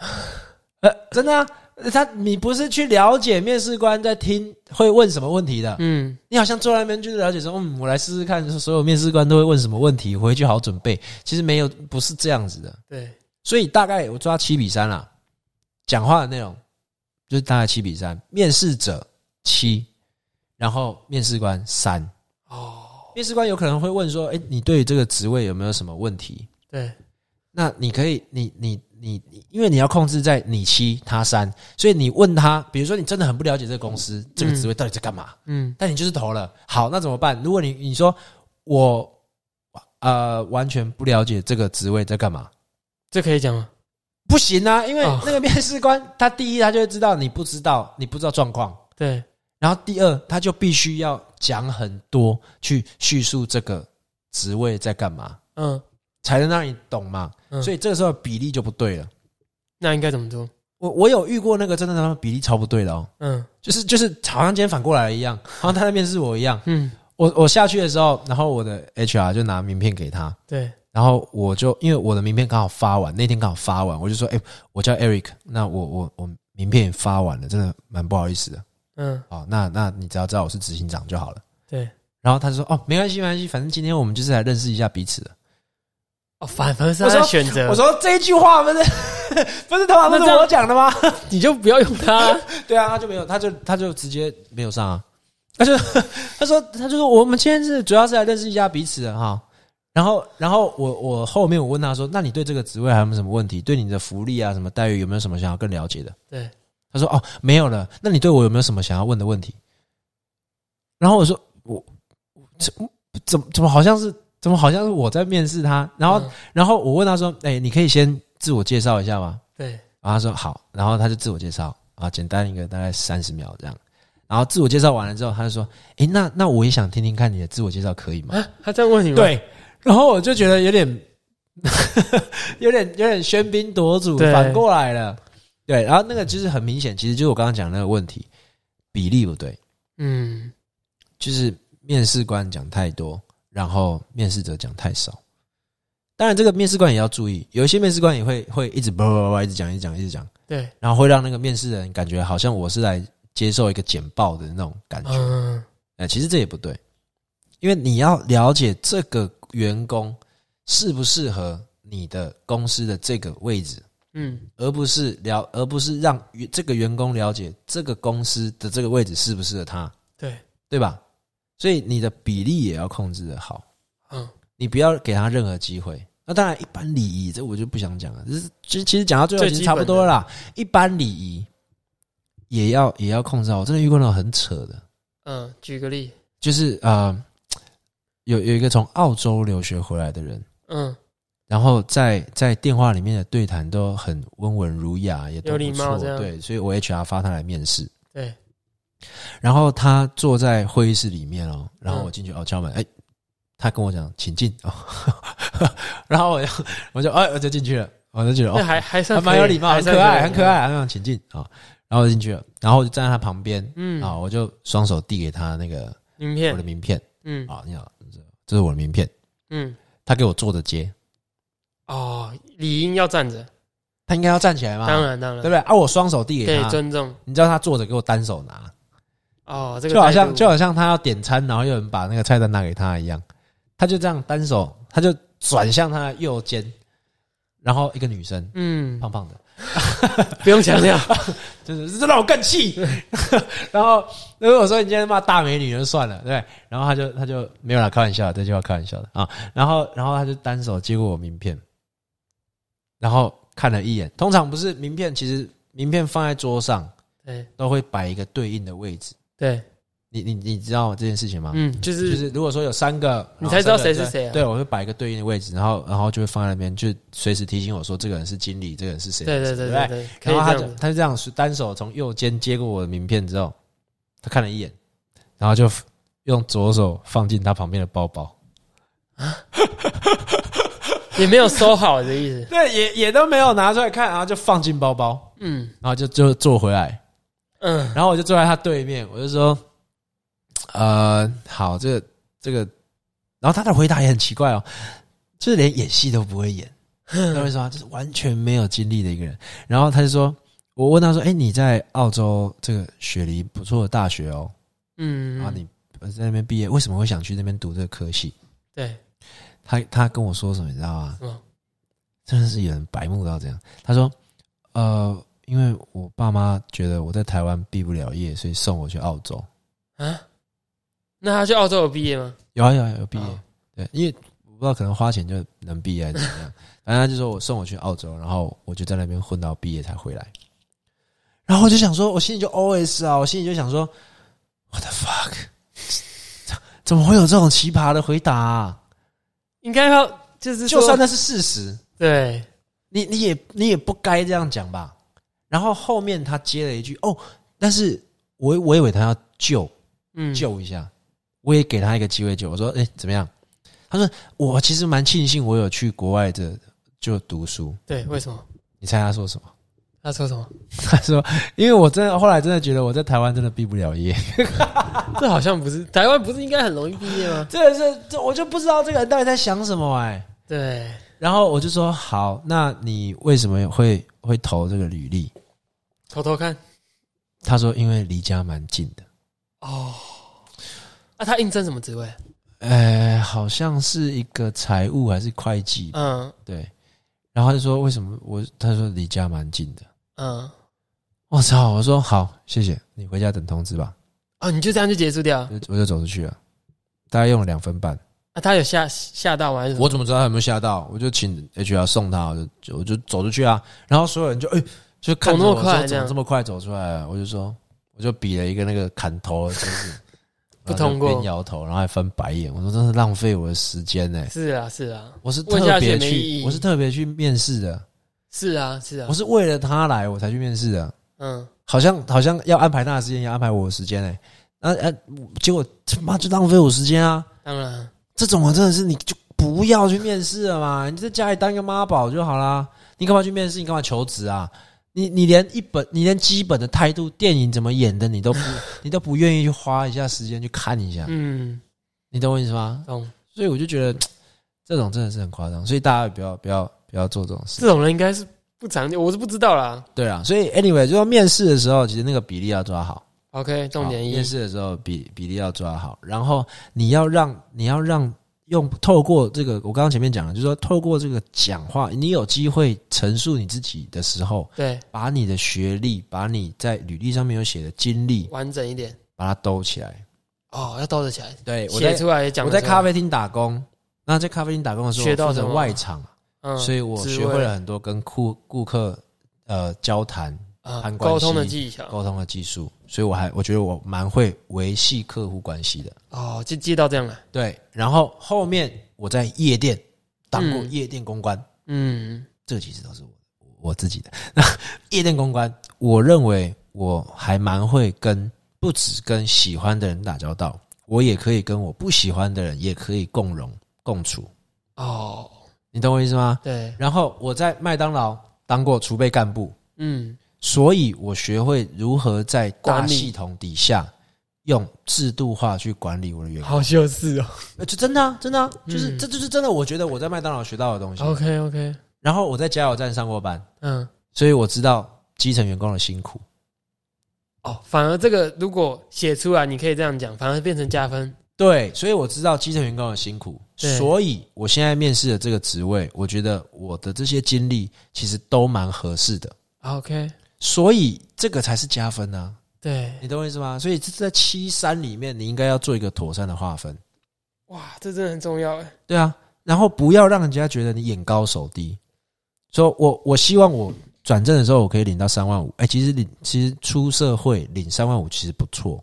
A: 呃，真的、啊，他你不是去了解面试官在听会问什么问题的，
B: 嗯，
A: 你好像坐在那边就是了解说，嗯，我来试试看，所有面试官都会问什么问题，回去好准备。其实没有，不是这样子的。
B: 对，
A: 所以大概我抓七比三啦，讲话的内容就是大概七比三，面试者七，然后面试官三。
B: 哦，
A: 面试官有可能会问说：“哎、你对于这个职位有没有什么问题
B: 对，？”
A: 那你可以，你你你，你因为你要控制在你七他三，所以你问他，比如说你真的很不了解这个公司、这个职位到底在干嘛，
B: 嗯
A: 但你就是投了，好，那怎么办？如果你你说我呃完全不了解这个职位在干嘛，
B: 这可以讲吗？
A: 不行啊，因为
B: 哦
A: 那个面试官、他第一他就会知道你不知道，你不知道状况，
B: 对，
A: 然后第二他就必须要讲很多去叙述这个职位在干嘛，
B: 嗯
A: 才能让你懂嘛。
B: 嗯，
A: 所
B: 以
A: 以这个时候比例就不对了。
B: 那应该怎么做？
A: 我我有遇过那个真的他们比例超不对的哦，
B: 嗯
A: 就是就是好像今天反过来了一样，好像他在面试我一样。
B: 嗯，
A: 我我下去的时候，然后我的 HR 就拿名片给他，
B: 对，
A: 然后我就因为我的名片刚好发完，那天刚好发完，我就说：“哎、我叫 Eric，那我我我名片也发完了，真的蛮不好意思的。
B: 嗯
A: 哦，那那你只要知道我是执行长就好了。”
B: 对。
A: 然后他就说：“哦，没关系，没关系，反正今天我们就是来认识一下彼此的。
B: 哦，反而是
A: 我
B: 他
A: 说
B: 的选择，
A: 我说：“这一句话不是 不是他妈不是
B: 那这样
A: 我讲的吗
B: 你就不要用它。？”
A: 对啊，他就没有，他就他就直接没有上啊。他就他说他就说我们今天是主要是来认识一下彼此的哈。然后，然后我我后面我问他说：“那你对这个职位还有没有什么问题？对你的福利啊、什么待遇有没有什么想要更了解的
B: 对，？”
A: 他说：“哦，没有了。那你对我有没有什么想要问的问题？”然后我说：“我怎怎么怎么好像是怎么好像是我在面试他？”然后，
B: 嗯
A: 然后我问他说：“哎、你可以先自我介绍一下吗
B: 对，？”
A: 然后他说：“好。”然后他就自我介绍啊，简单一个大概三十秒这样。然后自我介绍完了之后，他就说：“哎、那那我也想听听看你的自我介绍，可以吗？”
B: 啊，他这样问你吗？，
A: 对，然后我就觉得有点， 有点有点喧宾夺主，
B: 对
A: 反过来了。对，然后那个就是很明显，其实就是我刚刚讲的那个问题，比例不对，
B: 嗯，
A: 就是面试官讲太多，然后面试者讲太少。当然，这个面试官也要注意，有一些面试官也会会一直叭叭叭一直讲，一直讲，一直讲，
B: 对，
A: 然后会让那个面试人感觉好像我是来接受一个简报的那种感觉。
B: 嗯，
A: 呃，其实这也不对，因为你要了解这个员工适不适合你的公司的这个位置，
B: 嗯，
A: 而不是了，而不是让这个员工了解这个公司的这个位置适不适合他，
B: 对，
A: 对吧？所以你的比例也要控制的好，
B: 嗯，
A: 你不要给他任何机会。那当然，一般礼仪这我就不想讲了，就是其实其实讲到最后
B: 最
A: 其实
B: 基
A: 差不
B: 本
A: 多
B: 的
A: 了啦，一般礼仪也要也要控制好。我真的遇过那种很扯的，
B: 嗯，举个例，
A: 就是呃，有有一个从澳洲留学回来的人，
B: 嗯，
A: 然后在在电话里面的对谈都很温文儒雅，也都
B: 有
A: 不
B: 礼
A: 错
B: 貌这，样
A: 对，所以我 HR 发他来面试，
B: 对，
A: 然后他坐在会议室里面哦，然后我进去哦
B: 嗯
A: 敲门，哎，他跟我讲请进 哦，然后我就我就哎我就进去了，我就觉得哦
B: 那还还
A: 还
B: 算
A: 蛮
B: 可以嗯
A: 有礼貌，
B: 还
A: 很
B: 算
A: 可爱，很
B: 以
A: 可爱，很想请进啊，然后我就进去了，然后我就站在他旁边
B: 嗯，
A: 啊，，我就双手递给他那个
B: 名
A: 我的
B: 片，
A: 名片。
B: 嗯
A: 啊，你好，这这是我的名片，
B: 嗯，
A: 他给我坐着接，
B: 哦，理应要站着，
A: 他应该要站起来嘛，
B: 当然当
A: 对
B: 然
A: 不，对？啊，我双手递给
B: 对，
A: 他，
B: 尊重，
A: 你知道他坐着给我单手拿，
B: 哦，这个
A: 就好
B: 态
A: 像
B: 度
A: 就好像他要点餐，然后有人把那个菜单拿给他一样，他就这样单手，他就转向他的右肩，然后一个女生，
B: 嗯，
A: 胖胖的，
B: 不用 强调，
A: 就是这让我更气。 然后如果说你今天骂大美女就算了，对不对，然后他就他就没有啦，开玩笑的，这句话开玩笑的啊。然后然后他就单手接过我名片，然后看了一眼。通常不是名片，其实名片放在桌上
B: 对
A: 都会摆一个对应的位置。
B: 对，
A: 你你你知道这件事情吗？
B: 嗯，
A: 啊就
B: 就
A: 是是如果说有三个，
B: 你才知道
A: 然后三个
B: 谁是谁啊
A: 对，我会摆一个对应的位置，然后然后就会放在那边，就随时提醒我说这个人是经理，这个人是谁，
B: 对对
A: 谁谁
B: 对
A: 不
B: 对对，可以
A: 然后他
B: 这
A: 就
B: 样子，
A: 他就这样单手从右肩接过我的名片之后，他看了一眼，然后就 f- 用左手放进他旁边的包包。
B: 也没有收好的意思，
A: 对，也也都没有拿出来看，然后就放进包包，
B: 嗯
A: 然后就就坐回来，
B: 嗯，
A: 然后我就坐在他对面，我就说，呃，好，这个这个，然后他的回答也很奇怪哦，就是连演戏都不会演，他
B: 嗯
A: 会说就是完全没有经历的一个人。然后他就说，我问他说，哎、你在澳洲这个雪梨不错的大学哦，
B: 嗯，
A: 然后你在那边毕业，为什么会想去那边读这个科系？
B: 对，
A: 他他跟我说什么，你知道吗？
B: 嗯
A: 真的是有人白目到这样。他说，呃，因为我爸妈觉得我在台湾毕不了业，所以送我去澳洲。
B: 啊，那他去澳洲有毕业吗？
A: 有啊有啊有毕业，
B: 哦
A: 对，因为我不知道可能花钱就能毕业还是怎么样，反正他就说我送我去澳洲，然后我就在那边混到毕业才回来。然后我就想说，我心里就 OS 啊，我心里就想说，What the fuck，怎么会有这种奇葩的回答啊、
B: 应该要就是
A: 就
B: 说
A: 算那是事实，
B: 对，
A: 你你也你也不该这样讲吧。然后后面他接了一句：“哦，但是我我以为他要救
B: 嗯，
A: 救一下，我也给他一个机会救。”我说：“哎、怎么样？”他说：“我其实蛮庆幸我有去国外的就读书。
B: 对，为什么？”
A: 你猜他说什么？
B: 他说什么？
A: 他说：“因为我真的后来真的觉得我在台湾真的毕不了业，
B: 这好像不是台湾，不是应该很容易毕业吗？
A: 真的是这我就不知道这个人到底在想什么哎、
B: 对，
A: 然后我就说：“好，那你为什么会会投这个履历
B: 偷偷看？”
A: 他说：“因为离家蛮近的。”
B: 哦。啊，他应征什么职位？
A: 呃，好像是一个财务还是会计，
B: 嗯
A: 对。然后他就说为什么我？他说离家蛮近的。
B: 嗯，
A: 我操！我说哦好，谢谢你回家等通知吧。
B: 哦，你就这样就结束掉？
A: 我就我就走出去了，大概用了两分半。
B: 啊，他有吓吓到吗？还是什么
A: 我怎么知道他有没有吓到？我就请 HR 送他，我就就我就走出去啊。然后所有人就哎、就看着
B: 走那么
A: 我说
B: 快这
A: 怎
B: 样
A: 么这么快走出来啊了？我就说我就比了一个那个砍头，就是
B: 不通
A: 然后
B: 过
A: 就边摇头，然后还翻白眼。我说真是浪费我的时间呢、欸
B: 是啊是啊
A: 我是
B: 问下
A: 特
B: 去也
A: 别
B: 没意
A: 去，
B: 义
A: 我是特别去面试的。
B: 是啊是啊
A: 我，是为了他来我才去面试的，
B: 嗯，
A: 好像好像要安排他的时间，也安排我的时间哎、那啊结果他妈就浪费我时间啊！
B: 当然
A: 这种啊，真的是你就不要去面试了嘛，你在家里当个妈宝就好啦。你干嘛去面试？你干嘛求职啊？你你连一本，你连基本的态度，电影怎么演的，你都不 你都不愿意去花一下时间去看一下，
B: 嗯，
A: 你懂我意思吗？
B: 懂。
A: 所以我就觉得这种真的是很夸张，所以大家也不要不要不要做这种事。
B: 这种人应该是不常见，我是不知道啦。
A: 对啊，所以 anyway，就说面试的时候，其实那个比例要抓好。
B: OK，重点
A: 好
B: 一
A: 面试的时候比比例要抓好，然后你要让你要让用透过这个，我刚刚前面讲了，就是说透过这个讲话，你有机会陈述你自己的时候，
B: 对
A: 把你的学历，把你在履历上面有写的经历，
B: 完整一点
A: 把它兜起来。
B: 哦，要兜得起来，
A: 对我
B: 写
A: 在
B: 出来也讲
A: 我
B: 得出
A: 在
B: 来。
A: 咖啡厅打工，那在咖啡厅打工的时候，
B: 学到
A: 我负责
B: 什么
A: 外场，
B: 嗯，
A: 所以我
B: 职
A: 学
B: 位
A: 会了很多跟顾顾客呃交谈
B: 啊
A: 攀关
B: 沟
A: 系哦
B: 通的技巧
A: 沟通的技术，所以我还我觉得我蛮会维系客户关系的。
B: 哦，就记到这样了。
A: 对，然后后面我在夜店当过
B: 嗯
A: 夜店公关，
B: 嗯，
A: 这其实都是我我自己的。 那夜店公关，我认为我还蛮会跟不只跟喜欢的人打交道，我也可以跟我不喜欢的人也可以共融共处，
B: 哦，
A: 你懂我意思吗？
B: 对，
A: 然后我在麦当劳当过储备干部，
B: 嗯，
A: 所以我学会如何在大
B: 管理
A: 系统底下用制度化去管理我的员工。
B: 好羞耻哦。
A: 呃就真的、啊，真的、啊，就是、
B: 嗯
A: 这就是真的。我觉得我在麦当劳学到的东西，
B: OK OK，
A: 然后我在加油站上过班，
B: 嗯，
A: 所以我知道基层员工的辛苦。
B: 哦，反而这个如果写出来，你可以这样讲，反而变成加分。
A: 对，所以我知道基层员工的辛苦，
B: 对
A: 所以我现在面试的这个职位，我觉得我的这些经历其实都蛮合适的，
B: OK，
A: 所以这个才是加分啊！
B: 对，
A: 你懂我意思吗？所以这在七三里面，你应该要做一个妥善的划分，
B: 哇，这真的很重要哎。
A: 对啊，然后不要让人家觉得你眼高手低。说我我希望我转正的时候，我可以领到三万五。哎，其实领其实出社会领三万五其实不错，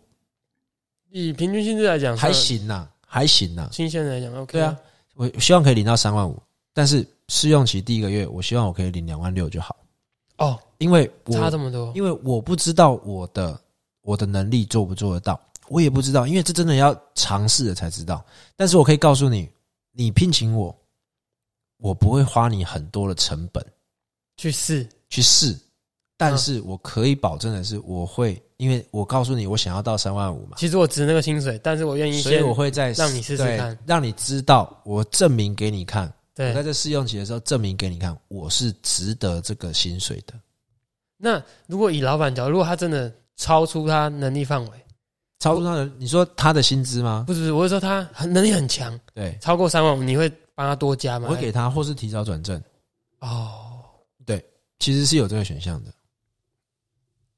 B: 以平均薪资来讲，
A: 还，行呐、还行呐、
B: 新鲜人来讲 OK。
A: 对啊，我希望可以领到三万五，但是试用期第一个月，我希望我可以领两万六就好，
B: 哦，
A: 因为
B: 差这
A: 我
B: 么多，
A: 因为我不知道我的我的能力做不做得到，我也不知道，因为这真的要尝试了才知道。但是我可以告诉你，你聘请我，我不会花你很多的成本
B: 去试，
A: 去试，
B: 嗯
A: 但是我可以保证的是，我会，因为我告诉你，我想要到三万五嘛，
B: 其实我值那个薪水，但是我愿意
A: 所以
B: 先
A: 我会在
B: 让你试试
A: 对
B: 看
A: 让你知道，我证明给你看。我在
B: 对。
A: 这试用期的时候证明给你看，我是值得这个薪水的，
B: 那如果以老板角度，如果他真的超出他能力范围，
A: 超出他的。你说他的薪资吗？
B: 不是，不是我是说他很能力很强，
A: 对，
B: 超过三万五，你会帮他多加
A: 我
B: 吗？
A: 会给他，或是提早转正，
B: 哦，
A: 其实是有这个选项的。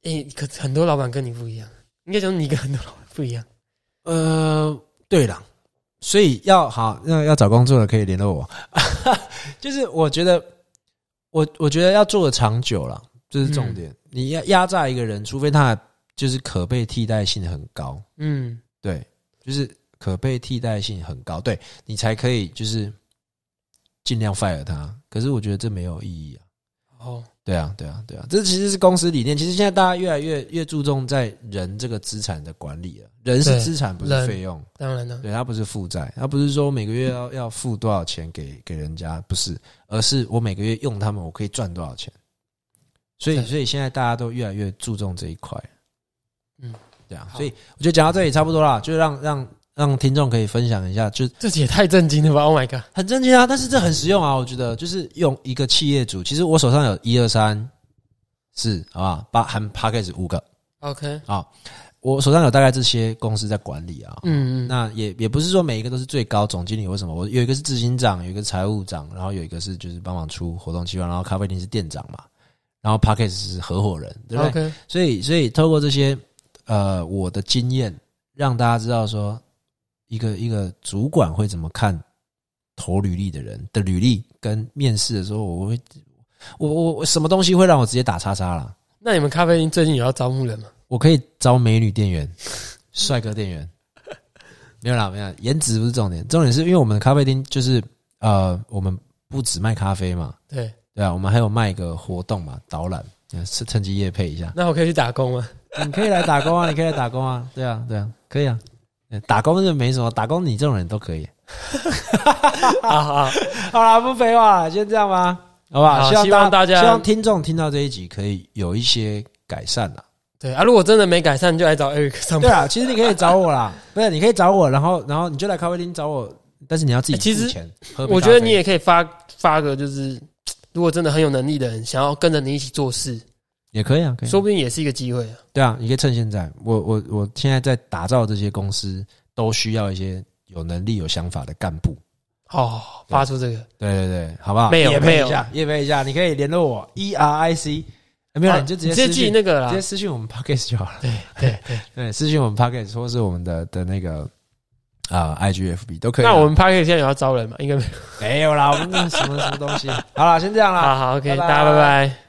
B: 诶、可很多老板跟你不一样，应该讲你跟很多老板不一样。
A: 呃，对了，所以要好，那要找工作的可以联络我。 就是我觉得，我我觉得要做的长久了，这是重点。你要压榨一个人，除非他的就是可被替代性很高，
B: 嗯，
A: 对，就是可被替代性很高，对你才可以就是尽量 fire 他。可是我觉得这没有意义啊。
B: 哦，
A: 对啊，对啊，对啊，这其实是公司理念。其实现在大家越来越越注重在人这个资产的管理了，人是
B: 对
A: 资产，不是
B: 人
A: 费用。
B: 当然了，
A: 对，它不是负债，它不是说每个月要要付多少钱给给人家，不是，而是我每个月用他们，我可以赚多少钱。所以，
B: 对
A: 所以现在大家都越来越注重这一块。
B: 嗯，
A: 对啊，
B: 好
A: 所以我觉得讲到这里差不多啦，就让让让听众可以分享一下，就
B: 这也太震惊了吧！Oh my god！
A: 很正经啊，但是这很实用啊，我觉得就是用一个企业主，其实我手上有一二三四，好不好？八含 p a c k a g e 五个，啊
B: OK，
A: 我手上有大概这些公司在管理啊，
B: 嗯嗯，
A: 那也也不是说每一个都是最高总经理或什么，我有一个是执行长，有一个财务长，然后有一个是就是帮忙出活动计划，然后咖啡厅是店长嘛，然后 p a c k a g e 是合伙人，对不对
B: OK，
A: 所以所以透过这些呃我的经验，让大家知道说一个一个主管会怎么看投履历的人的履历，跟面试的时候我会我我我什么东西会让我直接打叉叉啦？
B: 那你们咖啡厅最近有要招募人吗？
A: 我可以招美女店员、帅哥店员，没有啦，没有啦，颜值不是重点，重点是因为我们的咖啡厅就是呃，我们不只卖咖啡嘛，
B: 对，
A: 对啊，我们还有卖一个活动嘛，导览，呃是趁机夜配一下，
B: 那我可以去打工 吗？
A: 你可以来打工啊，你可以来打工啊，对啊，对啊，可以啊，呃打工就没什么，打工你这种人都可以。
B: 啊啊，
A: 好啦，不废话啦，先这样吧，好不好？
B: 好
A: 希望
B: 希望大家
A: 希望听众听到这一集可以有一些改善啦。
B: 对啊，如果真的没改善，就来找 Eric 上
A: 对
B: 班。
A: 啊，其实你可以找我 啦，不是？你可以找我，然后然后你就来咖啡厅找我，但是你要自己
B: 欸其实
A: 付钱。喝杯
B: 我
A: 咖
B: 觉得
A: 啡
B: 你也可以发发个，就是如果真的很有能力的人，想要跟着你一起做事，
A: 也可以啊，可以啊。
B: 说不定也是一个机会啊。
A: 对啊，你可以趁现在，我我我现在在打造这些公司，都需要一些有能力、有想法的干部。
B: 哦，发出这个，
A: 对对对，好不好？
B: 没有
A: 业配
B: 没有
A: 一下，也配一下，你可以联络我 E R I C，没有啦，
B: 啊
A: 你就直
B: 你
A: 接
B: 直接
A: 私
B: 记
A: 信，
B: 那个啦
A: 直接。私信我们 Pockets 就好了。
B: 对对对，
A: 对，私信我们 Pockets 或是我们的的那个啊 I G F B 都可以啦。
B: 那我们 p a r k 现在有要招人吗？应该没有。
A: 没有啦，我们那什么什么东西。好啦，先这样啦。
B: 好好，OK，
A: 拜拜
B: 大家拜拜。